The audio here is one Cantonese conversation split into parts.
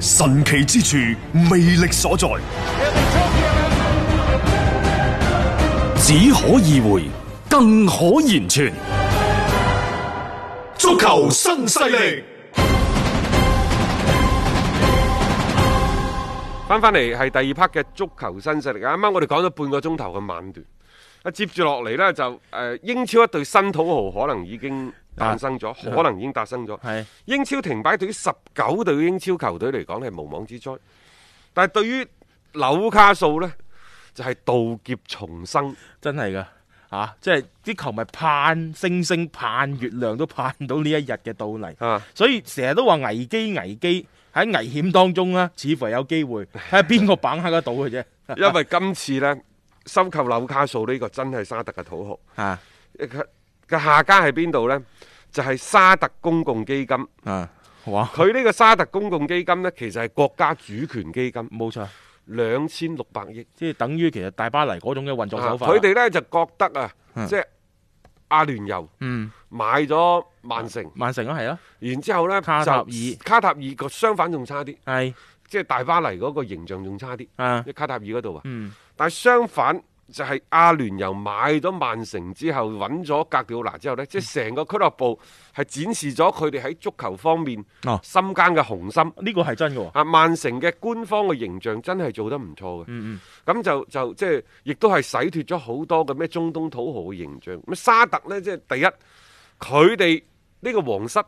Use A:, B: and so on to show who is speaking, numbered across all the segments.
A: 神奇之處，魅力所在，
B: Here they come, here they
C: 只可意會，更可言傳。
A: 足球新勢力。
D: 翻翻嚟係第二 part 嘅足球新勢力啊！啱啱我哋講咗半個鐘頭嘅晚段，啊接住落嚟呢，就誒、呃英超一隊新土豪可能已經誕生咗，可能已經誕生咗。
E: 係
D: 英超停擺對於十九隊英超球隊嚟講係無妄之災，但係對於紐卡素呢，就係、盜劫重生。
E: 真係噶嚇，即係啲球迷盼星星盼月亮都盼到呢一日嘅到嚟，
D: 啊
E: 所以成日都話危機危機喺危險當中啦，似乎係有機會，睇下邊個把握得到嘅啫。
D: 因為今次呢，收購紐卡素呢個真係沙特嘅土豪。
E: 啊
D: 佢嘅下家喺邊度呢？就係、沙特公共基金。
E: 啊，哇，
D: 佢呢個沙特公共基金呢，其實係國家主權基金，
E: 冇錯，
D: 兩千六百億。
E: 即係等於其實大巴黎嗰種嘅運作
D: 啊
E: 手法。
D: 佢哋呢就覺得啊，即係阿聯酋
E: 嗯，
D: 買咗曼城，
E: 曼城啊係啊，
D: 然之後呢，
E: 卡塔爾
D: 就卡塔爾個相反仲差啲，
E: 係
D: 即係大巴黎嗰個形象仲差啲，
E: 啊
D: 即係卡塔爾嗰度啊。
E: 嗯
D: 但係相反就係阿聯酋買咗曼城之後，揾咗格調拿之後呢，
E: 嗯
D: 即係成個俱樂部係展示咗佢哋喺足球方面
E: 哦
D: 心間嘅雄心。
E: 呢個係真嘅喎。
D: 啊，曼城嘅官方嘅形象真係做得唔錯嘅。
E: 嗯
D: 咁就就即係亦都係洗脱咗好多嘅咩中東土豪嘅形象。咁沙特呢，即係第一，佢哋呢個皇室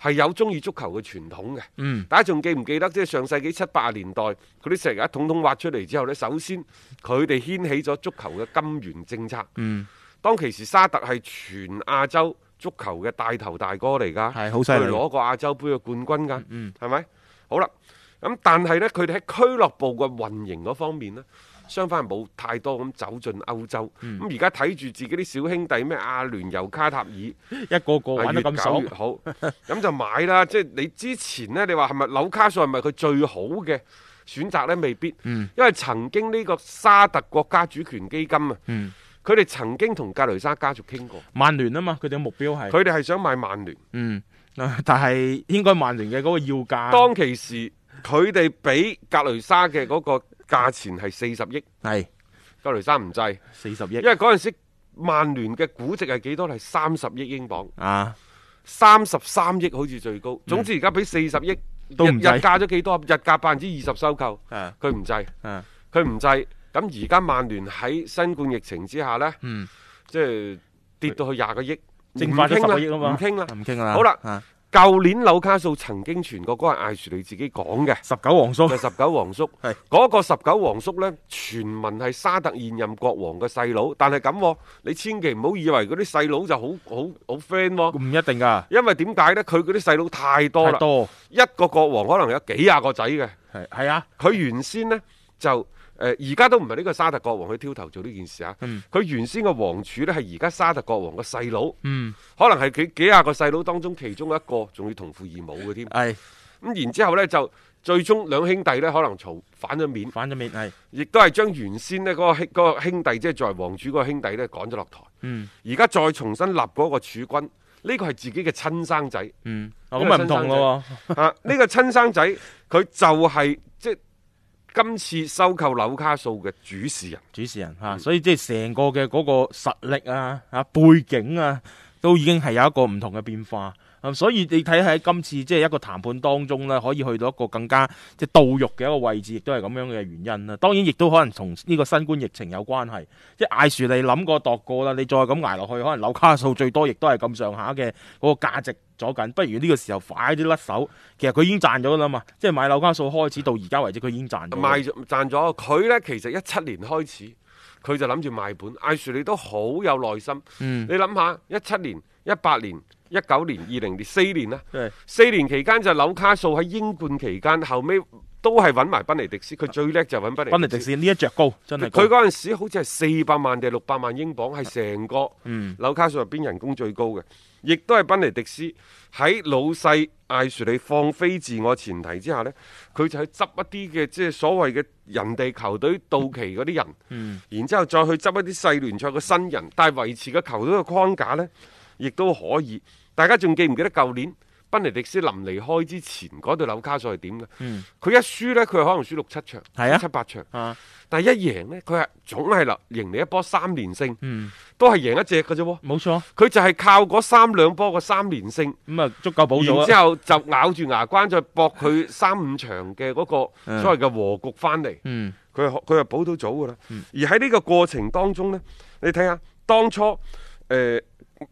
D: 係有中意足球嘅傳統嘅。
E: 嗯
D: 大家仲記唔記得即係上世紀七八十年代嗰啲石油一桶桶挖出嚟之後呢，首先佢哋掀起咗足球嘅金元政策。
E: 嗯
D: 當其時沙特係全亞洲足球嘅帶頭大哥嚟㗎，
E: 係好犀利
D: 佢攞過亞洲杯嘅冠軍㗎，
E: 嗯
D: 係咪、好啦，咁但係呢，佢哋喺俱樂部嘅運營嗰方面呢，相反係冇太多咁走進歐洲。
E: 嗯
D: 咁而家睇住自己啲小兄弟咩阿聯酋、卡塔爾，
E: 嗯，一個個玩得咁
D: 啊
E: 爽
D: 越，搞越好， 咁就買啦。即係你之前呢，你話係咪紐卡素係咪佢最好嘅選擇呢？未必，
E: 嗯
D: 因為曾經呢個沙特國家主權基金啊，
E: 嗯
D: 佢哋、曾經同格雷沙家族傾過，
E: 曼聯啊嘛，佢哋嘅目標係
D: 佢哋係想買曼聯。
E: 嗯，啊但係應該曼聯嘅嗰個要價
D: 當其時，佢哋俾格雷沙嘅嗰個價錢係四十億，
E: 係
D: 格雷沙唔制，
E: 四十
D: 因
E: 億
D: 為嗰陣時曼聯嘅估值係幾多呢？係三十億英鎊。
E: 啊，
D: 三十三億好似最高。總之而家俾四十億，
E: 嗯都
D: 日
E: 唔
D: 日
E: 制
D: 價咗幾多？日價百分之二十收購，
E: 啊
D: 佢唔制，
E: 啊
D: 佢唔制。咁而家曼聯喺新冠疫情之下呢，
E: 嗯
D: 即係跌到去廿個億，
E: 剩翻咗
D: 唔傾啦
E: 10個億啊嘛
D: 唔傾啦。
E: 唔傾啦，
D: 好啦
E: 啊，
D: 舊年紐卡素曾經傳過嗰個艾樹你自己講嘅。
E: 十九皇叔
D: 就係十九皇叔
E: 哦係，
D: 嗰個十九皇叔呢，傳聞係沙特現任國王嘅細佬，但係咁喎，你千祈唔好以為嗰啲細佬就好好好 friend 喎，
E: 唔一定噶，
D: 因為點解呢？佢嗰啲細佬太多
E: 太
D: 啦，
E: 多
D: 一個國王可能有幾廿個仔嘅。
E: 係係啊，
D: 佢原先呢，就誒，呃而、家都唔係呢個沙特國王去挑頭做呢件事啊。
E: 嗯
D: 佢原先嘅王儲呢，係而家沙特國王嘅細佬，
E: 嗯
D: 可能係幾幾廿個細佬當中其中一個，仲要同父異母嘅添。咁、
E: 係
D: 然之後呢，就最終兩兄弟呢，可能嘈反咗面，
E: 反咗面係
D: 亦都係將原先呢嗰、個兄嗰個兄弟，即係作為王儲嗰個兄弟呢，趕咗落台。
E: 嗯
D: 而家再重新立嗰個儲君，呢個係自己嘅親生仔。
E: 嗯，哦咁咪唔同咯喎，
D: 啊！呢、個親生仔佢就係、即係今次收購紐卡素嘅主事人，
E: 主持人啊嚇，所以即係成個嘅嗰個實力啊啊背景啊，都已經係有一個唔同嘅變化。啊所以你睇喺今次即係一個談判當中咧，可以去到一個更加即係到肉嘅一個位置，亦都係咁樣嘅原因啦。當然亦都可能同呢個新冠疫情有關係。即係艾樹利諗過度過啦，你再咁捱落去，可能紐卡素最多亦都係咁上下嘅嗰個價值咗緊。不如呢個時候快啲甩手，其實佢已經賺咗㗎啦嘛。即係買紐卡素開始到而家為止，佢已經賺咗。
D: 賣咗賺咗。佢呢，其實一七年開始，佢就諗住賣本。艾樹你都好有耐心。
E: 嗯
D: 你諗下，一七年、一八年、一九年、二零年四年啦
E: 對，
D: 四年期間就紐卡素喺英冠期間，後尾都係揾埋賓尼迪斯。佢最叻就係揾
E: 賓
D: 賓
E: 尼
D: 尼迪
E: 迪
D: 斯。
E: 斯呢一着高真係高
D: 佢嗰陣時好似係四百萬定六百萬英鎊，係成個
E: 嗯
D: 紐卡素入邊人工最高嘅，亦都係賓尼迪斯喺老細艾樹利放飛自我前提之下呢佢就去執一啲嘅即係所謂嘅人哋球隊到期嗰啲人，
E: 嗯
D: 然之後再去執一啲細聯賽嘅新人，但係維持個球隊嘅框架呢，亦都可以。大家仲記唔記得舊年？賓尼迪斯臨離開之前嗰對紐卡素係點嘅？佢、
E: 嗯
D: 一輸呢，佢可能輸六七場，
E: 係啊
D: 七八場。
E: 啊
D: 但係一贏呢，佢係總係啦，贏你一波三連勝，
E: 嗯
D: 都係贏一隻嘅啫喎。
E: 冇錯，
D: 佢就係靠嗰三兩波嘅三連勝，
E: 咁啊足夠補
D: 然
E: 咗
D: 之
E: 啦。
D: 後就咬住牙關再搏佢三五場嘅嗰個所謂嘅和局翻嚟，
E: 嗯
D: 佢係佢係補到組噶啦。而喺呢個過程當中呢，你睇下當初誒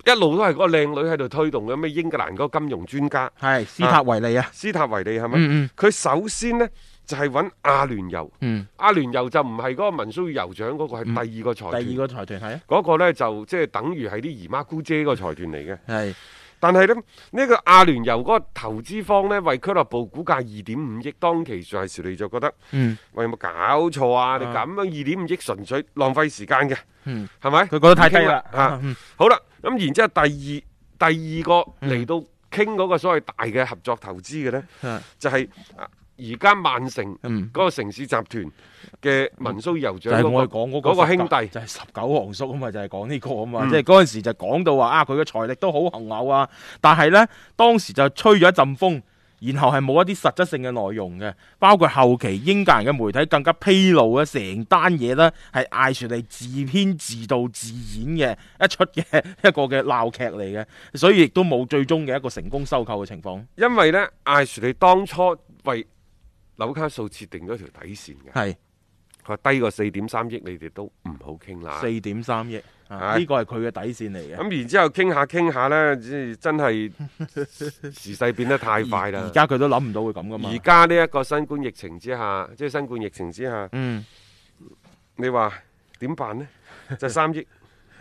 D: 一路都係嗰個靚女喺度推動嘅咩英格蘭嗰個金融專家
E: 係斯塔維利啊，
D: 斯塔維利係咪？
E: 嗯嗯
D: 佢首先呢，就係揾阿聯酋，
E: 嗯，
D: 阿聯酋就唔係嗰個民蘇爾酋長嗰個，係第二個財
E: 第
D: 團。
E: 二個財團係啊，
D: 嗰個呢就即係等於係啲姨媽姑姐個財團嚟嘅，
E: 係
D: 但係呢，呢、個亞聯酋嗰個投資方呢，為俱樂部估價二點五億，當其時係時你就覺得，
E: 嗯
D: 喂有冇搞錯啊？你咁樣二點五億純粹浪費時間嘅，
E: 嗯
D: 係咪？
E: 佢覺得太低
D: 唔傾
E: 啦
D: 啊
E: 嗯
D: 好啦，咁然之後第二第二個嚟到傾嗰個所謂大嘅合作投資嘅呢，
E: 嗯
D: 就係啊而家曼城
E: 嗯
D: 嗰個城市集團嘅民蘇酋
E: 就
D: 長
E: 係
D: 嗰
E: 我哋
D: 個
E: 講嗰個
D: 嗰個
E: 十
D: 兄
E: 九
D: 弟。
E: 就係十九皇叔啊嘛，就係講呢個啊嘛，
D: 嗯
E: 即係嗰陣時就講到話啊，佢嘅財力都好雄厚啊，但係呢，當時就吹咗一陣風，然後係冇一啲實質性嘅內容嘅，包括後期英格蘭嘅媒體更加披露咧成單嘢呢係艾樹利自編自導自演嘅一出嘅一個嘅鬧劇嚟嘅，所以亦都冇最終嘅一個成功收購嘅情況。
D: 因為呢，艾樹利當初為紐卡素設定咗條底線嘅，
E: 係
D: 佢話低過四點三億，你哋都唔好傾啦。
E: 四點三億，啊
D: 係
E: 呢個係佢嘅底線嚟嘅。
D: 咁然之後傾下傾下呢，即係真 係時勢變得太快
E: 而
D: 啦。
E: 家佢都諗唔到會咁噶嘛
D: 而。家呢一個新冠疫情之下，即係新冠疫情之下，
E: 嗯。
D: 你話點辦 呢？就三億，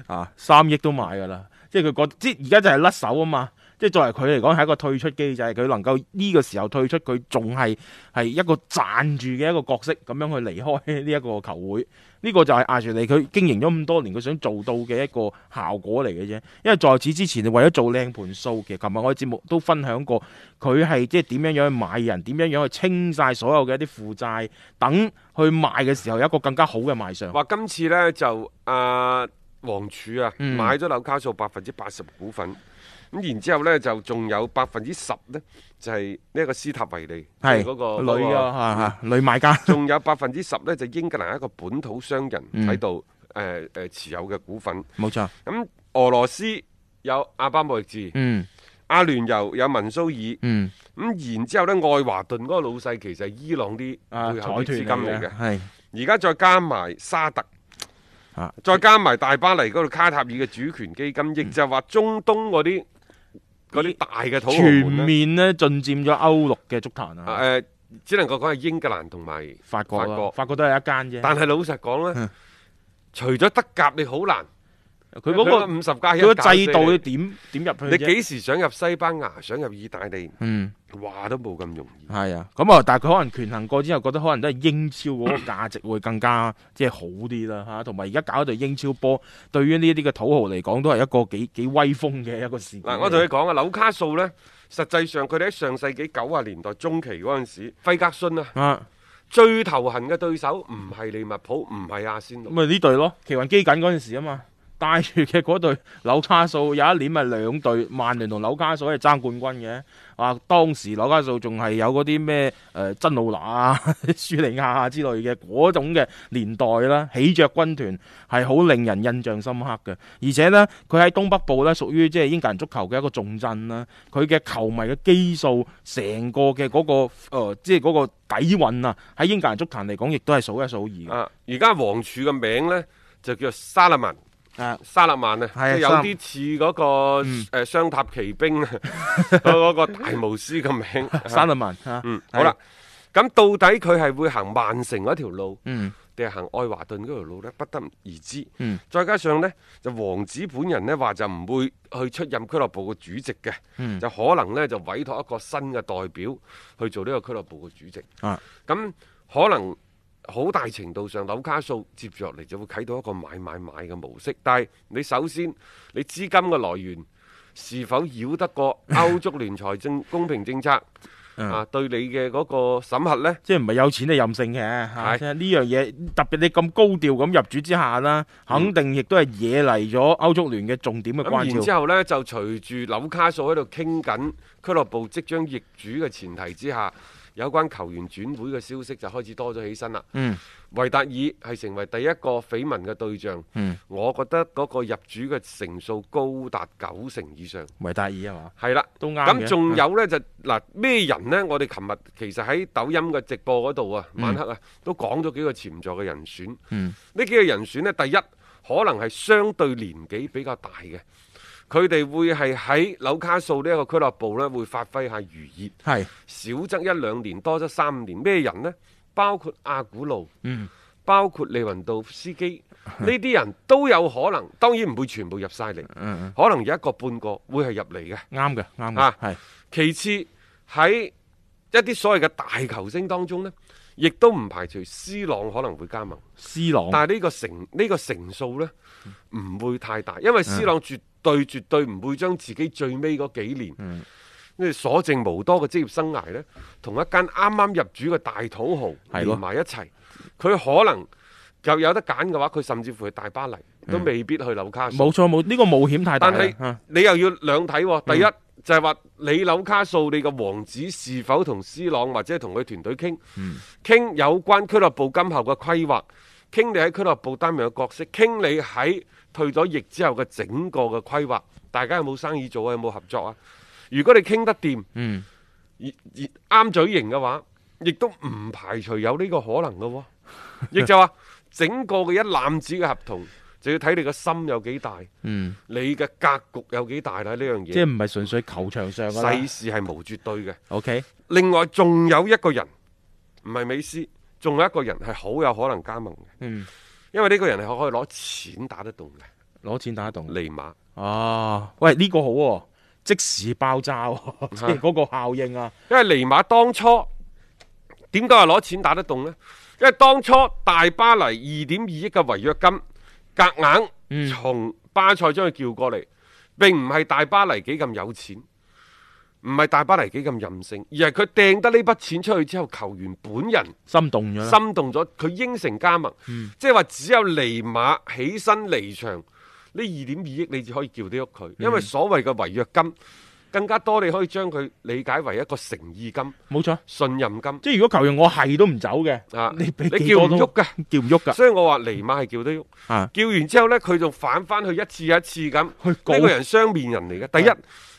E: 啊，三億都買噶啦，即係佢覺即係而家就係甩手啊嘛，即係作為佢嚟講係一個退出機制，佢能夠呢個時候退出，佢仲係係一個賺住嘅一個角色咁樣去離開呢一個球會，呢、個就係艾樹利佢經營咗咁多年，佢想做到嘅一個效果嚟嘅啫。因為在此之前，為咗做靚盤數，其實琴日我哋節目都分享過，佢係即係點樣樣去買人，點樣樣去清晒所有嘅一啲負債，等去賣嘅時候有一個更加好嘅賣相。
D: 話今次呢，就阿王柱啊
E: 嗯
D: 買咗紐卡素百分之八十股份，咁然之後呢，就仲有百分之十呢，就係呢一個斯塔維利，
E: 係
D: 即係嗰個
E: 女
D: 嗰
E: 啊
D: 個
E: 啊，女買家。
D: 仲有百分之十呢，就英格蘭一個本土商人
E: 嗯
D: 喺度誒誒持有嘅股份。
E: 冇錯，
D: 咁俄羅斯有阿巴莫域治，
E: 嗯
D: 阿聯酋有民蘇爾。
E: 嗯，
D: 咁然之後呢，愛華頓嗰個老細其實係伊朗啲
E: 啊，
D: 背
E: 財
D: 後啲資
E: 團
D: 金嚟嘅，
E: 係
D: 而家再加埋沙特
E: 啊。嗯
D: 再加埋大巴黎嗰度卡塔爾嘅主權基金，亦就係話中東嗰啲嗰啲大嘅土豪
E: 全
D: 們咧，
E: 面咧進佔咗歐陸嘅足壇
D: 啊
E: 啊，
D: 誒，只能夠講係英格蘭同埋
E: 法國
D: 法
E: 啦
D: 國，
E: 法國都係一間啫。
D: 但係老實講
E: 嗯
D: 呢，除咗德甲你好難，
E: 佢嗰個
D: 五十加一
E: 佢個
D: 搞死你
E: 制度你點點入
D: 你
E: 去啫？
D: 幾時想入西班牙、想入意大利，
E: 嗯，
D: 話都冇咁容易。
E: 係啊，咁啊，但係佢可能權衡過之後，覺得可能都係英超嗰個價值會更加即係好啲啦嚇，同埋而家搞一隊英超波，對於呢啲嘅土豪嚟講，都係一個幾幾威風嘅一個事件嚟。
D: 嗱，我同你講啊，紐卡素呢，實際上佢哋喺上世紀九啊年代中期嗰陣時，費格遜啊，
E: 啊，
D: 最頭痕嘅對手唔係利物浦，唔係阿仙奴，
E: 咁啊呢隊咯，奇雲基緊嗰陣時啊嘛，帶住嘅嗰隊紐卡素有一年咪兩隊曼聯同紐卡素係爭冠軍嘅，啊當時紐卡素仲係有嗰啲咩誒真魯拿啊、 舒利亞啊之類嘅嗰種嘅年代啦，喜着軍團係好令人印象深刻嘅，而且呢，佢喺東北部呢，屬於即係英格蘭足球嘅一個重鎮啦，佢嘅球迷嘅基數，成個嘅嗰、個、呃、即係嗰個底韻啊，喺英格蘭足壇嚟講亦都係數一數二嘅。
D: 啊，而家王柱嘅名咧就叫沙勒文。
E: 啊
D: 沙勒曼啊，即
E: 係啊
D: 係有
E: 沙勒嗯
D: 啲似嗰個誒雙塔奇兵啊 嗰個大巫師嘅名。
E: 沙勒曼啊，
D: 嗯，好啦，咁到底佢係會行曼城嗰條路，
E: 嗯
D: 定係行愛華頓嗰條路呢？不得而知。
E: 嗯
D: 再加上呢，就王子本人呢話就唔會去出任俱樂部嘅主席嘅，
E: 嗯
D: 就可能呢就委託一個新嘅代表去做呢個俱樂部嘅主席。
E: 啊
D: 咁可能好大程度上，紐卡素接住落嚟就會啟到一個買買買嘅模式。但係你首先，你資金嘅來源是否繞得過歐足聯財政公平政策
E: 嗯
D: 啊？對你嘅嗰個審核呢？
E: 即係唔係有錢就任性嘅嚇，
D: 係
E: 即係呢樣嘢特別你咁高調咁入主之下啦，肯定亦都係惹嚟咗歐足聯嘅重點嘅
D: 嗯咁然
E: 關
D: 之
E: 照。
D: 後呢，就隨住紐卡素喺度傾緊俱樂部即將易主嘅前提之下，有關球員轉會嘅消息就開始多咗起身啦。
E: 嗯，
D: 維達爾係成為第一個緋聞嘅對象。
E: 嗯，
D: 我覺得嗰個入主嘅成數高達九成以上。
E: 維達爾啊嘛，
D: 係啦，
E: 都啱嘅啊
D: 咁仲有呢，就嗱咩人呢？我哋琴日其實喺抖音嘅直播嗰度啊，晚黑啊，都講咗幾個潛在嘅人選。
E: 嗯
D: 呢幾個人選呢，第一可能係相對年紀比較大嘅，佢哋會係喺紐卡素呢一個俱樂部呢，會發揮下餘熱，
E: 係
D: 少則一兩年，多則三五年。咩人呢？包括阿古路，
E: 嗯
D: 包括利雲道夫斯基，呢啲人都有可能，當然唔會全部入晒嚟，
E: 嗯
D: 可能有一個半個會係入嚟嘅。
E: 嗯啱嘅啱嘅
D: 啊
E: 係
D: 其次喺一啲所謂嘅大球星當中呢，亦都唔排除 C 朗可能會加盟，
E: C 朗
D: 但係呢個成呢、個成數呢，唔會太大，
E: 嗯
D: 因為 C 朗絕對絕對唔會將自己最尾嗰幾年。
E: 嗯
D: 即係所剩無多嘅職業生涯呢，同一間啱啱入主嘅大土豪
E: 係咯
D: 連埋一齊，佢可能又有得揀嘅話，佢甚至乎去大巴黎都
E: 嗯
D: 未必去紐卡素。
E: 冇錯冇呢個冒險太大
D: 但
E: 啦
D: 係
E: 啊嗯
D: 你又要兩睇喎，第一、就係話你紐卡素你嘅王子是否同 C 朗或者同佢團隊傾，
E: 嗯
D: 傾、有關俱樂部今後嘅規劃，傾你喺俱樂部擔任嘅角色，傾你喺退咗役之後嘅整個嘅規劃，大家有冇生意做啊？有冇合作啊？如果你傾得掂，
E: 嗯
D: 而而啱嘴型嘅話，亦都唔排除有呢個可能嘅喎、 亦就話整個嘅一攬子嘅合同，就要睇你個心有幾大。
E: 嗯，
D: 你嘅格局有幾大啦？呢樣嘢，
E: 即係唔係純粹球場上㗎
D: 世
E: 啦
D: 事係無絕對嘅。
E: ？OK，
D: 另外仲有一個人，唔係美斯，仲有一個人係好有可能加盟嘅，
E: 嗯，
D: 因為呢個人係可以攞錢打得動嘅。
E: 攞錢打動
D: 尼馬
E: 啊！喂，呢個好喎，即時爆炸
D: 啊
E: 喎， 即係嗰個效應啊！
D: 因為尼馬當初點解話攞錢打得動呢？因為當初大巴黎二點二億嘅違約金，夾
E: 嗯
D: 硬從巴塞將佢叫過嚟，並唔係大巴黎幾咁有錢，唔係大巴黎幾咁任性，而係佢掟得呢筆錢出去之後，球員本人
E: 心動咗啦，
D: 心動咗，佢應承加盟，
E: 嗯
D: 即係話只有尼馬起身離場，呢二點二億你至可以叫得喐
E: 嗯
D: 佢，因為所謂嘅違約金更加多，你可以將佢理解為一個誠意金、
E: 冇錯。
D: 信任金。
E: 即係如果球員我係都唔走嘅，
D: 啊
E: 你俾
D: 你
E: 幾多
D: 叫唔
E: 都
D: 喐㗎，
E: 叫唔喐㗎。
D: 所以我話尼馬係叫得喐，
E: 啊
D: 叫完之後呢，佢仲反翻去一次又一次咁。
E: 去
D: 呢
E: 告
D: 個人雙面人嚟嘅，第一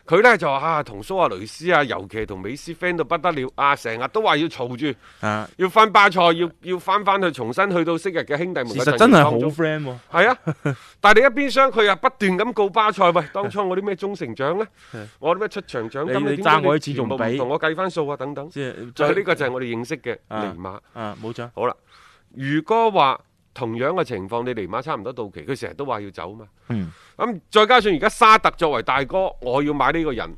D: 佢呢就話啊，同蘇亞雷斯啊，尤其係同美斯 friend 到不得了啊，成日都話要嘈住，
E: 啊，
D: 要翻巴塞，要要翻翻去重新去到昔日嘅兄弟們
E: 事
D: 嘅
E: 實
D: 陣
E: 真係
D: 營
E: 好
D: 當中
E: friend 喎。
D: 係啊，但係你一邊廂佢又不斷咁告巴塞，喂，當初我啲咩忠誠獎呢？我啲咩出場獎金
E: 你
D: 呢
E: 你
D: 點解
E: 爭我啲
D: 全
E: 錢仲
D: 部唔
E: 俾
D: 同我計翻數啊，等等。
E: 即係
D: 就係呢個就係我哋認識嘅
E: 啊
D: 尼馬。
E: 啊，冇錯。
D: 好啦，如果話同樣嘅情況，你尼馬差唔多到期，佢成日都話要走嘛。
E: 嗯。
D: 咁再加上而家沙特作為大哥，我要買呢個人，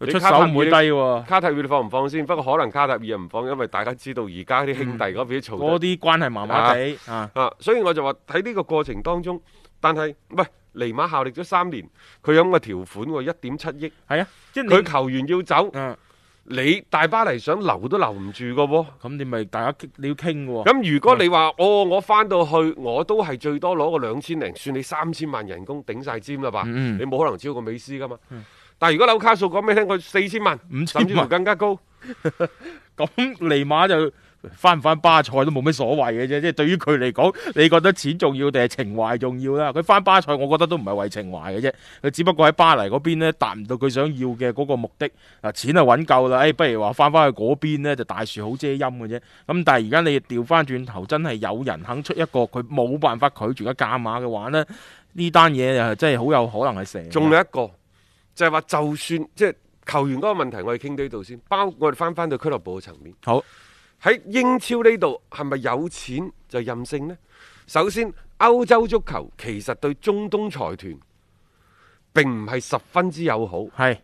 D: 你
E: 出
D: 卡塔
E: 手
D: 爾
E: 唔會低喎，
D: 卡塔爾你放唔放先？不過可能卡塔爾又唔放，因為大家知道而家啲兄弟
E: 嗯
D: 嗰邊嘈
E: 嗰
D: 得
E: 啲關係麻麻地啊。
D: 啊，所以我就話喺呢個過程當中，但係喂。尼馬效力咗三年，佢有咁嘅條款喎，一點七億。
E: 係啊，即係
D: 佢
E: 你
D: 球員要走，
E: 嗯
D: 你大巴黎想留都留唔住嘅喎。
E: 咁你咪大家傾你要傾喎。嗯
D: 咁如果你話哦，我翻到去我都係最多攞個兩千零，算你三千萬人工頂晒尖啦吧？
E: 嗯嗯嗯
D: 你冇可能超過美斯噶嘛？但係如果紐卡素講俾你聽，佢四千萬，
E: 五千萬
D: 甚至乎更加高，
E: 咁尼馬就翻唔翻巴塞都冇咩所謂嘅啫，即係對於佢嚟講，你覺得錢重要定係情懷重要啦？佢翻巴塞，我覺得都唔係為情懷嘅啫，佢只不過喺巴黎嗰邊咧達唔到佢想要嘅嗰個目的，嗱錢啊揾夠啦，誒、不如話翻翻去嗰邊咧就大樹好遮陰嘅啫。咁但係而家你調翻轉頭，真係有人肯出一個佢冇辦法拒絕嘅價碼嘅話咧，呢單嘢又真係好有可能係成。
D: 仲有一個就係話，就算即係球員嗰個問題，我哋傾到呢度先，包我哋翻翻到俱樂部嘅層面。
E: 好
D: 喺英超呢度係咪有錢就任性呢？首先，歐洲足球其實對中東財團並唔係十分之友好。
E: 係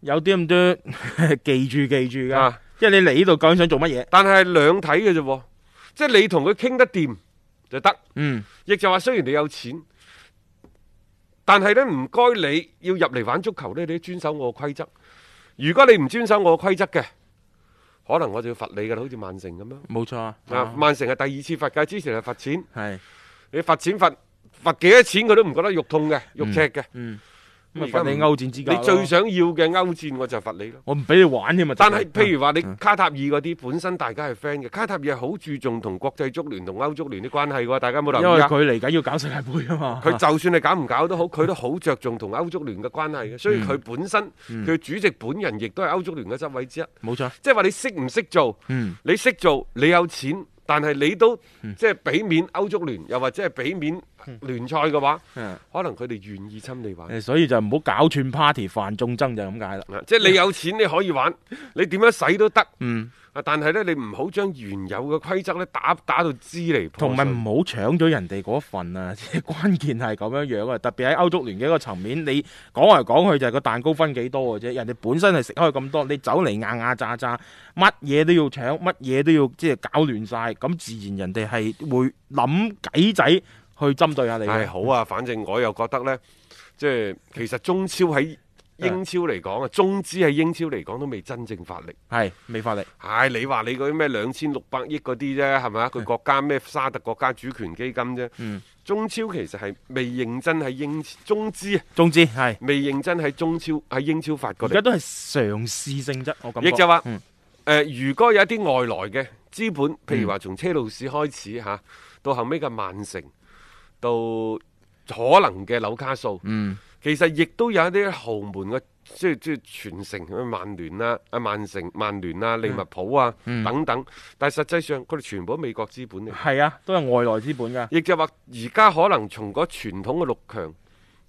E: 有啲咁多 記住記住㗎，
D: 啊
E: 因為你嚟呢度究竟想做乜嘢？
D: 但係兩睇嘅啫喎，即係你同佢傾得掂就得，
E: 嗯，
D: 亦就話雖然你有錢，但係呢唔該你要入嚟玩足球呢，你都遵守我嘅規則。如果你唔遵守我嘅規則嘅，可能我就要罰你噶啦，好似曼城咁樣。
E: 冇錯啊，
D: 啊，曼城係第二次罰㗎，之前係罰錢，
E: 係
D: 你罰錢罰罰幾多錢佢都唔覺得肉痛嘅，肉赤嘅。
E: 嗯，
D: 咁而
E: 咁啊
D: 家
E: 罰你歐戰資格
D: 你
E: 咯
D: 最想要嘅歐戰我就罰你咯。
E: 我唔俾你玩添啊！
D: 但係譬
E: 如
D: 如話你卡塔爾嗰啲本身大家係 friend 嘅，卡塔爾係好注重同國際足聯同歐足聯啲關係喎，大家有冇
E: 因
D: 留
E: 為
D: 意啊？
E: 佢嚟緊要搞世界盃啊嘛，
D: 佢就算係搞唔搞都 好，佢都好着重同歐足聯嘅關係嘅，所以
E: 嗯
D: 佢本身佢主席本人亦都係歐足聯嘅執委之一，
E: 冇錯，
D: 即係話你識唔識做？
E: 嗯，
D: 你識做，你有錢，但係你都即係俾面歐足聯，又或者係俾面聯賽嘅話，
E: 嗯
D: 可能佢哋願意侵你玩。
E: 誒所以就唔好搞串 party 犯眾憎就係咁解啦。
D: 啊即係你有錢你可以玩，你點樣使都得。
E: 嗯，
D: 啊，但係咧，你唔好將原有嘅規則咧打打到支離破
E: 同
D: 碎。
E: 埋唔好搶咗人哋嗰份啊！ 即係關鍵係咁樣樣啊！特別喺歐足聯嘅一個層面，你講嚟講去就係個蛋糕分幾多嘅啫。人哋本身係食開咁多，你走嚟硬硬炸炸，乜嘢都要搶，乜嘢都要即係搞亂晒，咁自然人哋係會諗計仔去針對下你嘅。
D: 唉，好啊，反正我又覺得呢，即係其實中超
E: 啊
D: 喺英超嚟講啊，中資喺英超嚟講都未真正發力。
E: 係未發力，
D: 唉，你話你嗰啲咩兩千六百億嗰啲啫，係咪啊？佢國家咩沙特國家主權基金啫。
E: 嗯
D: 中超其實係未認真喺英中資啊
E: 總之係
D: 未認真喺中超喺英超發過
E: 而
D: 力
E: 家。都係嘗試性質，我感覺。
D: 亦就話，誒、
E: 嗯
D: 如果有一啲外來嘅資本，譬如話從車路士開始嚇、到後尾嘅曼城，到可能嘅紐卡素，
E: 嗯，
D: 其實亦都有一啲豪門嘅，即係即係傳承咩曼聯啊、啊曼城、曼聯
E: 嗯
D: 啊、利物浦啊、等等，但係實際上佢哋全部都美國資本嚟，
E: 係啊，都係外來資本㗎。
D: 亦就話而家可能從嗰傳統嘅六強，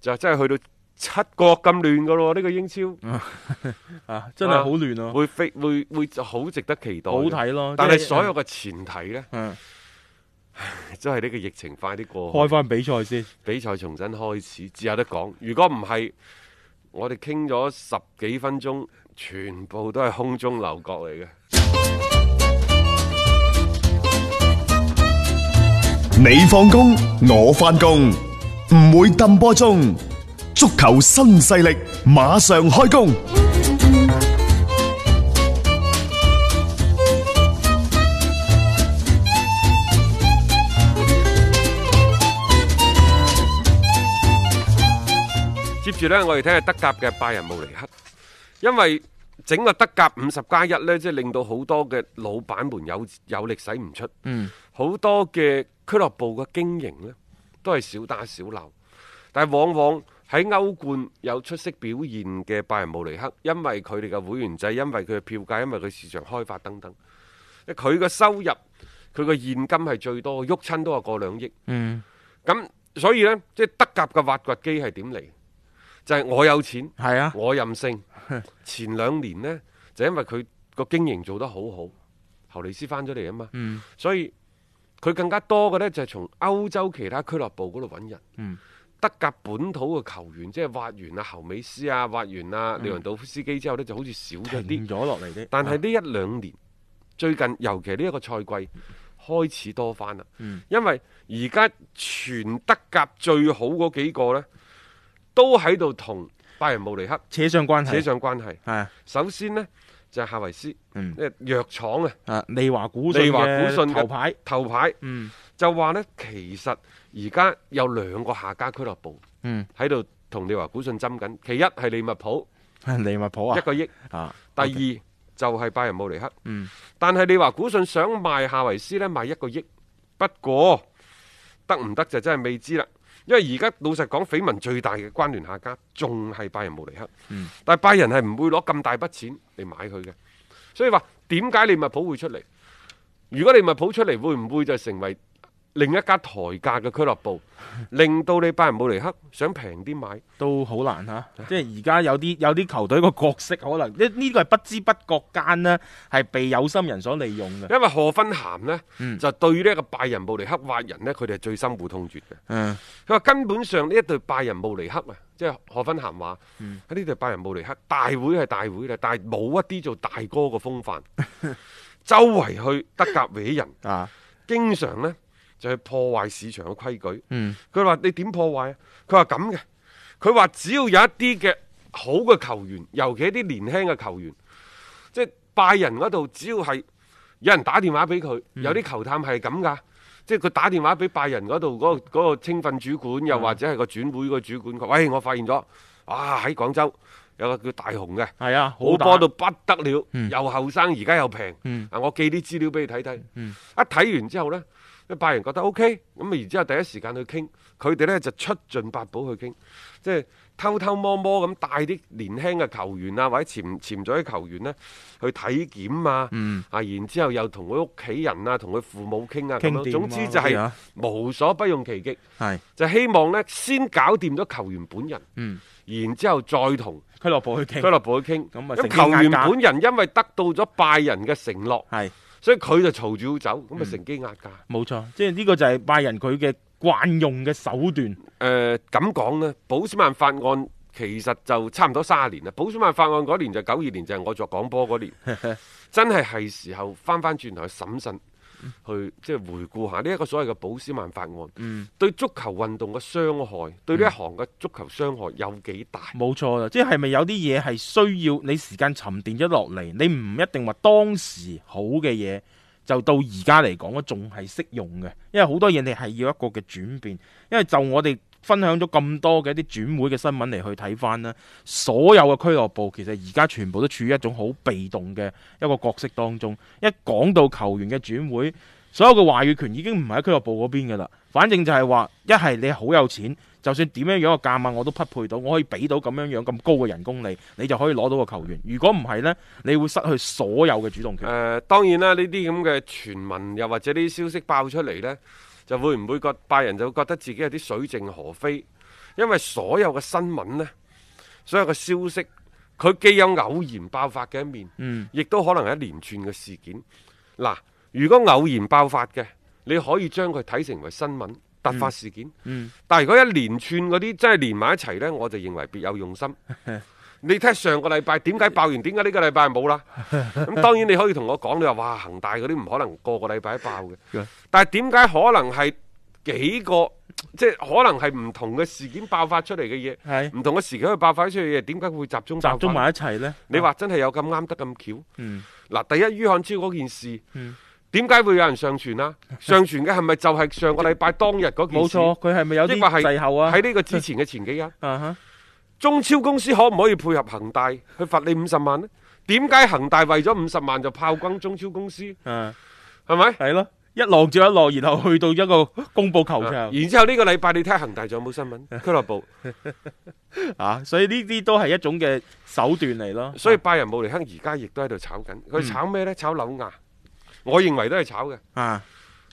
D: 就真係去到七國咁亂噶咯，呢、個英超
E: 嗯啊，真係好亂咯，
D: 會非會會好值得期待
E: 好
D: 嘅。
E: 睇咯。
D: 但
E: 哦即
D: 係所有嘅前提呢，
E: 嗯
D: 都係呢個疫情快啲過
E: 開
D: 去，
E: 翻比賽先，
D: 比賽重新開始，至有得講。如果唔係，我哋傾咗十幾分鐘，全部都係空中樓閣嚟嘅。
A: 你放工，我翻工，唔會抌波鐘。足球新勢力馬上開工。
D: 接住呢，我哋睇下德甲嘅拜仁慕尼黑，因為整個德甲五十加一呢，即係令到好多嘅老闆們有有力使唔出，
E: 嗯，
D: 好多嘅俱樂部嘅經營呢，都係小打小鬧，但係往往喺歐冠有出色表現嘅拜仁慕尼黑，因為佢哋嘅會員制，因為佢嘅票價，因為佢市場開發等等，佢嘅收入，佢嘅現金係最多，喐親都係過兩億。
E: 嗯，
D: 咁所以呢，即係德甲嘅挖掘機係點嚟？就係、我有 錢，
E: 係啊，
D: 我任性。前兩年呢，就因為佢個經營做得好好，侯利斯翻咗嚟啊嘛，
E: 嗯
D: 所以佢更加多嘅呢，就係、從歐洲其他俱樂部嗰度揾人。
E: 嗯
D: 德甲本土嘅球員，即係挖完啊侯美斯啊，挖完啊
E: 嗯
D: 利雲道夫斯基之後呢，就好似少咗啲
E: 停。咗落嚟啲。
D: 但係
E: 啊
D: 呢一兩年，最近尤其呢一個賽季開始多翻啦，
E: 嗯
D: 因為而家全德甲最好嗰幾個呢，都喺度同拜仁慕尼黑
E: 扯上關係，
D: 扯上關係。
E: 係啊
D: 首先呢，就係夏維斯，
E: 嗯
D: 因為藥廠啊
E: 啊，利華古信
D: 利華古信
E: 嘅
D: 嘅
E: 頭牌，
D: 頭牌
E: 嗯
D: 就話呢，其實而家有兩個下家俱樂部
E: 嗯，
D: 喺度同利華古信爭緊，其一係利物浦
E: 利物浦啊
D: 一，個億，
E: 啊，
D: 第二就係拜仁慕尼黑。
E: 嗯
D: 但係利華古信想賣夏維斯呢，賣一個億，不過得唔得就真係未知啦。因為而家老實講，緋聞最大嘅關聯下家仲係拜仁慕尼黑，
E: 嗯
D: 但係拜仁係唔會攞咁大筆錢嚟買佢嘅，所以話點解利物浦會出嚟？如果利物浦出嚟，會唔會就成為另一家抬價嘅俱樂 部，令到你拜仁慕尼黑想平啲買？
E: 都好難吓，即係而家有啲有啲球隊個角色可能呢呢個係不知不覺間呢，係被有心人所利用 嘅。
D: 因為何芬咸呢，
E: 嗯
D: 就對呢一個拜仁慕尼黑挖人呢，佢哋係最深惡痛絕嘅。
E: 嗯
D: 佢話根本上呢一隊拜仁慕尼黑啊，即係何芬咸話喺呢隊拜仁慕尼黑大會係大會啦，但係冇一啲做大哥嘅風範， 周圍去德甲搲人，
E: 啊，
D: 經常呢就去破壞市場嘅規矩。
E: 嗯
D: 佢話你點破壞啊？佢話咁嘅，佢話只要有一啲嘅好嘅球員，尤其一啲年輕嘅球員，即係拜仁嗰度，只要係有人打電話俾佢，有啲球探係咁噶。即係佢打電話俾拜仁嗰度嗰個嗰個青訓主管，又或者係個轉會個主管，佢話喂，我發現咗，啊喺廣州有個叫大雄嘅，
E: 係啊，
D: 好
E: 打
D: 波到不得了，
E: 嗯
D: 又後生，而家又平。
E: 嗯
D: 啊，我寄啲資料俾你睇睇。
E: 嗯
D: 一睇完之後呢，啲拜仁覺得 O K，咁啊，然之後第一時間去傾，佢哋呢就出盡八寶去傾，即係偷偷摸摸咁帶啲年輕嘅球員啊，或者潛潛咗嘅球員呢去體檢啊，
E: 嗯
D: 啊，然之後又同佢屋企人啊，同佢父母傾啊，咁
E: 傾掂啊
D: 樣。總之就
E: 嗰啲
D: 係
E: 啊
D: 無所不用其極，
E: 係
D: 就希望呢先搞掂咗球員本人，
E: 嗯
D: 然之後再同
E: 俱樂部去
D: 俱
E: 傾，
D: 樂部去傾。
E: 咁
D: 咁
E: 啊成
D: 球
E: 機
D: 員
E: 壓價
D: 本人因為得到咗拜仁嘅承諾，
E: 係
D: 所以佢就嘈住要走，
E: 嗯
D: 咁啊乘機壓價。
E: 冇錯，即係呢個就係拜仁佢嘅慣用嘅手段。
D: 誒呃咁講呢，保斯曼法案其實就差唔多三十年啦。保斯曼法案嗰年就九二年，就係我作廣播嗰年， 真係係時候翻翻轉頭去審慎。
E: 嗯
D: 去即係回顧下呢一個所謂嘅保斯曼法案，
E: 嗯
D: 對足球運動嘅傷害，對呢一行嘅足球傷害有幾大？
E: 冇錯啦，即係咪有啲嘢係需要你時間沉澱咗落嚟，你唔一定話當時好嘅嘢就到而家嚟講，仲係適用嘅，因為好多嘢你係要一個嘅轉變。因為就我哋分享咗咁多嘅一啲轉會嘅新聞嚟去睇翻啦，所有嘅俱樂部其實而家全部都處於一種好被動嘅一個角色當中。一講到球員嘅轉會，所有嘅話語權已經唔喺俱樂部嗰邊嘅啦。反正就係話，一係你好有錢，就算點樣樣嘅價碼我都匹配到，我可以俾到咁樣樣咁高嘅人工你，你就可以攞到個球員。如果唔係呢，你會失去所有嘅主動
D: 誒、
E: 權。
D: 當呃然啦，呢啲咁嘅傳聞又或者呢啲消息爆出嚟呢，就會唔會覺拜仁就會覺得自己有啲水靜河飛？因為所有嘅新聞呢，所有嘅消息，佢既有偶然爆發嘅一面，
E: 嗯
D: 亦都可能係一連串嘅事件。嗱，如果偶然爆發嘅，你可以將佢睇成為新聞突發事件。
E: 嗯
D: 但係如果一連串嗰啲真係連埋一齊呢，我就認為別有用 心。你睇下上個禮拜點解爆完，點解呢個禮拜 冇啦？咁當然你可以同我講，你話哇恒大嗰啲唔可能個個禮拜都爆
E: 嗯
D: 嘅，但係點解可能係幾個即係可能係唔同嘅事件爆發出嚟 嘅
E: 係
D: 嘢，唔同嘅時間去爆發出嚟嘅嘢，點解會集中
E: 哎集
D: 爆發
E: 中埋一齊呢？
D: 你話真係有咁啱得咁巧？
E: 嗯
D: 嗱，第一于漢超嗰件事
E: 嗯，
D: 點解會有人上傳 啊？上傳嘅係咪就係上個禮拜當日嗰件
E: 冇
D: 事？
E: 錯，佢係咪有
D: 抑或
E: 啲
D: 係
E: 滯後啊？
D: 喺呢個之前嘅前幾 日，
E: 啊哈
D: 中超公司可唔可以配合恒大去罰你五十萬呢？點解恒大為咗五十萬就炮轟中超公司？
E: 嗯，
D: 係咪？
E: 係咯，一浪接一浪，然後去到一個公佈球
D: 啊
E: 場
D: 然之後呢個禮拜你睇下恒大仲有冇新聞 俱樂部，
E: 啊，所以呢啲都係一種嘅手段嚟咯。
D: 所以拜仁慕尼黑而家亦都喺度炒緊。佢炒咩呢？炒紐亞，我認為都係炒嘅。
E: 啊，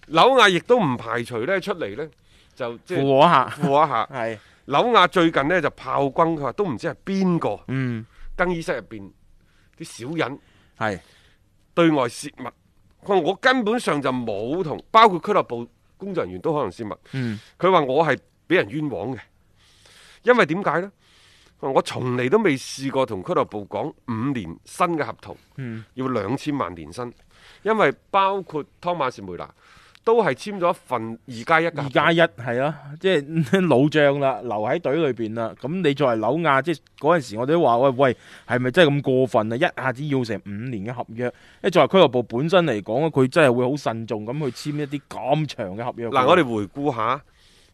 D: 紐亞亦都唔排除呢出嚟呢，就即係
E: 附和一下
D: 附和一下。
E: 係，
D: 紐亞最近呢就炮轟，佢話都唔知係邊個
E: 嗯
D: 更衣室入邊啲小人
E: 係，
D: 對外泄密。佢話我根本上就冇同，包括俱樂部工作人員都可能泄密。
E: 嗯
D: 佢話我係俾人冤枉嘅，因為點解呢？佢話我從嚟都未試過同俱樂部講五年新嘅合同，
E: 嗯
D: 要兩千萬年薪，因為包括湯馬士梅拿都係簽咗一份二加一嘅合
E: 二
D: 同。
E: 加一係咯，即係老將啦，留喺隊裏邊啦。咁你作為紐亞，即係嗰陣時我哋都話喂喂，係咪真係咁過分啊？一下子要成五年嘅合約，因為作為俱樂部本身嚟講佢真係會好慎重咁去簽一啲咁長嘅合約。
D: 嗱，我哋回顧下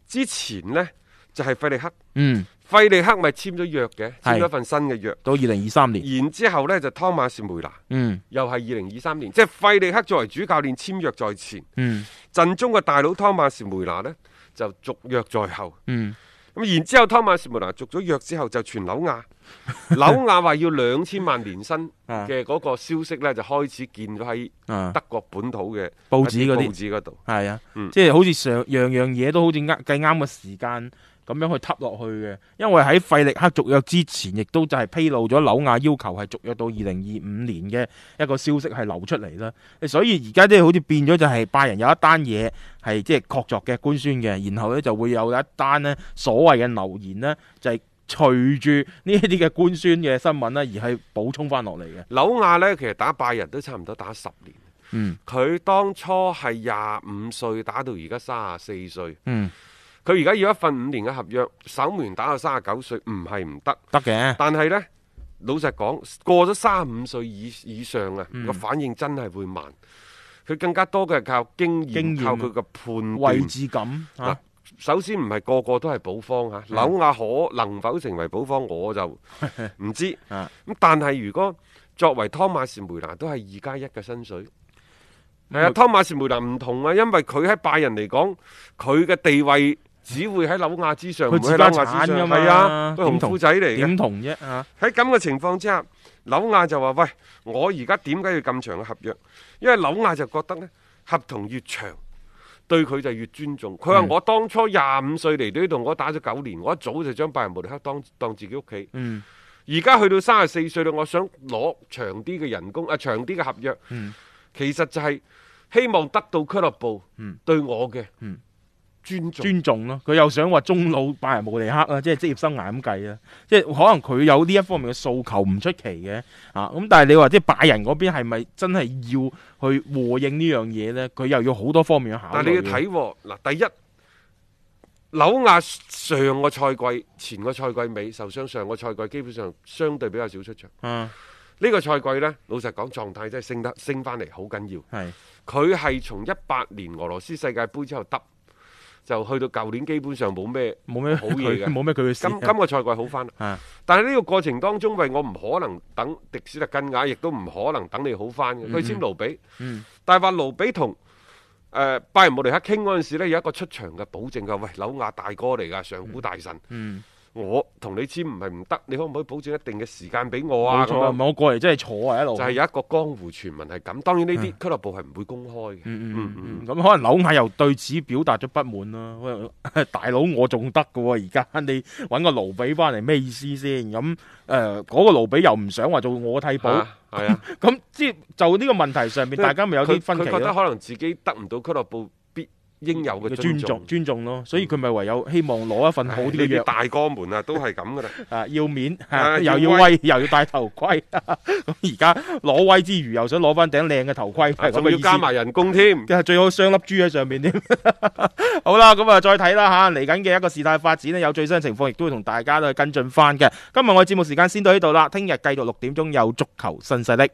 D: 之前呢，就係、費利克，
E: 嗯
D: 費利克咪簽咗約嘅，簽
E: 係
D: 咗一份新嘅約。
E: 到二零二三年，
D: 然之後呢，就湯馬士梅拿，
E: 嗯
D: 又係二零二三年，即係費利克作為主教練簽約在前，
E: 嗯
D: 陣中嘅大佬湯馬士梅拿呢，就續約在後。
E: 嗯，
D: 咁然之後，湯馬士梅拿續咗約之後，就傳紐 亞，紐亞話要兩千萬年薪
E: 啊
D: 嘅嗰個消息呢，就開始見咗喺
E: 啊
D: 德國本土嘅
E: 報紙嗰啲
D: 報紙嗰度。
E: 係啊，
D: 嗯
E: 即係好似上樣樣嘢都好似啱計啱個時間咁樣去揼落去嘅，因為喺費力克續約之前，亦都就係披露咗紐亞要求係續約到二零二五年嘅一個消息係流出嚟啦，所以而家即係好似變咗就係拜仁有一單嘢係即係確鑿嘅官宣嘅，然後咧就會有一單呢所謂嘅流言呢，就係、隨住呢一啲嘅官宣嘅新聞呢，而係補充翻落嚟嘅，
D: 紐亞呢，其實打拜仁都差唔多打十年。
E: 嗯
D: 佢當初係廿五歲打到而家三十四歲，
E: 嗯，
D: 佢而家要一份五年嘅合約，守門員打到三十九歲唔係唔得，
E: 得嘅，
D: 但係呢，老實講，過咗三十五歲以以上啊，個、
E: 嗯
D: 反應真係會慢。佢更加多嘅係靠經驗，
E: 經驗
D: 靠佢嘅判
E: 位
D: 斷。
E: 置感啊嚇。
D: 嗯嗱，首先唔係個個都係保方
E: 嗯
D: 嚇，紐亞可能否成為保方我 就唔知。
E: 啊
D: 咁但係如果作為湯馬士梅拿都係二加一嘅薪水，係啊，湯馬士梅拿唔同啊，因為佢喺拜仁嚟講，佢嘅地位只會喺紐亞之上，唔
E: 佢
D: 會喺
E: 自
D: 紐
E: 家
D: 亞
E: 產
D: 之
E: 㗎
D: 上。
E: 嘛
D: 係啊，佢
E: 點
D: 紅
E: 同
D: 褲仔嚟嘅
E: 點。同啫啊嚇？
D: 喺咁嘅情況之下，紐亞就話：喂，我而家點解要咁長嘅合約？因為紐亞就覺得呢，合同越長，對佢就越尊重。佢話：我當初廿五歲嚟到呢度，我打咗九年，我一早就將拜仁慕尼黑當當自己屋企。
E: 嗯，
D: 而家去到三十四歲啦，我想攞長啲嘅人工，啊長啲嘅合約。其實就係希望得到俱樂部對我嘅尊重。
E: 尊重咯，佢又想話中老拜仁慕尼黑啊，即係職業生涯咁計啊，即係可能佢有呢一方面嘅訴求唔出奇嘅啊。咁但係你話即係拜仁嗰邊係咪真係要去和應呢樣嘢呢？佢又要好多方面去考慮。
D: 但你要睇喎嗱，第一，紐亞上個賽季、前個賽季尾受傷，上個賽季基本上相對比較少出場。
E: 啊，
D: 呢、個賽季呢，老實講狀態真係升得升翻嚟，好緊要。
E: 係
D: 佢係從一八年俄羅斯世界盃之後得，就去到舊年基本上冇咩
E: 冇咩
D: 好嘢
E: 佢
D: 嘅
E: 冇咩佢嘅事
D: 今。今個賽季好翻啦
E: 啊
D: 但係呢個過程當中，喂，我唔可能等迪斯特根雅，亦都唔可能等你好翻
E: 嗯
D: 嘅。佢簽盧比，但係話盧比同誒、呃拜仁慕尼黑傾嗰陣時咧，有一個出場嘅保證嘅，喂，紐亞大哥嚟㗎，上古大神，
E: 嗯
D: 我同你簽唔係唔得，你可唔可以保證一定嘅時間俾我啊？
E: 冇
D: 咁
E: 錯，唔
D: 樣
E: 係我過嚟真係坐啊一路。
D: 就係有一個江湖傳聞係咁，當然呢啲
E: 嗯
D: 俱樂部係唔會公開嘅。嗯嗯
E: 咁可能紐亞又對此表達咗不滿啦。喂，大佬我仲得㗎喎，而家你揾個盧比翻嚟咩意思先？咁誒呃嗰個盧比又唔想話做我替補，
D: 啊係啊，
E: 咁即係就呢個問題上面，大家咪 有啲
D: 佢
E: 分
D: 佢
E: 歧啊
D: 覺得
E: 咯。
D: 可能自己得唔到俱樂部必應有嘅
E: 尊
D: 尊
E: 重
D: 重。
E: 尊重咯，所以佢咪唯有希望攞一份好
D: 唉呢
E: 啲嘅
D: 啲
E: 約
D: 大哥們啊，都係咁噶啦。
E: 啊，要面
D: 啊
E: 又
D: 要
E: 要
D: 威
E: 威，又要戴頭盔。 咁而家攞威之餘，又想攞翻頂靚嘅頭盔， 係咁
D: 啊仲
E: 嘅
D: 要
E: 意
D: 加
E: 思。
D: 埋人工添。
E: 嘅最好雙粒珠喺上面添。 好啦，咁啊再睇啦吓，嚟緊嘅一個事態發展呢，有最新情況，亦都會同大家都去跟進翻嘅。今日我哋節目時間先到呢度啦，聽日繼續六點鐘有足球新勢力。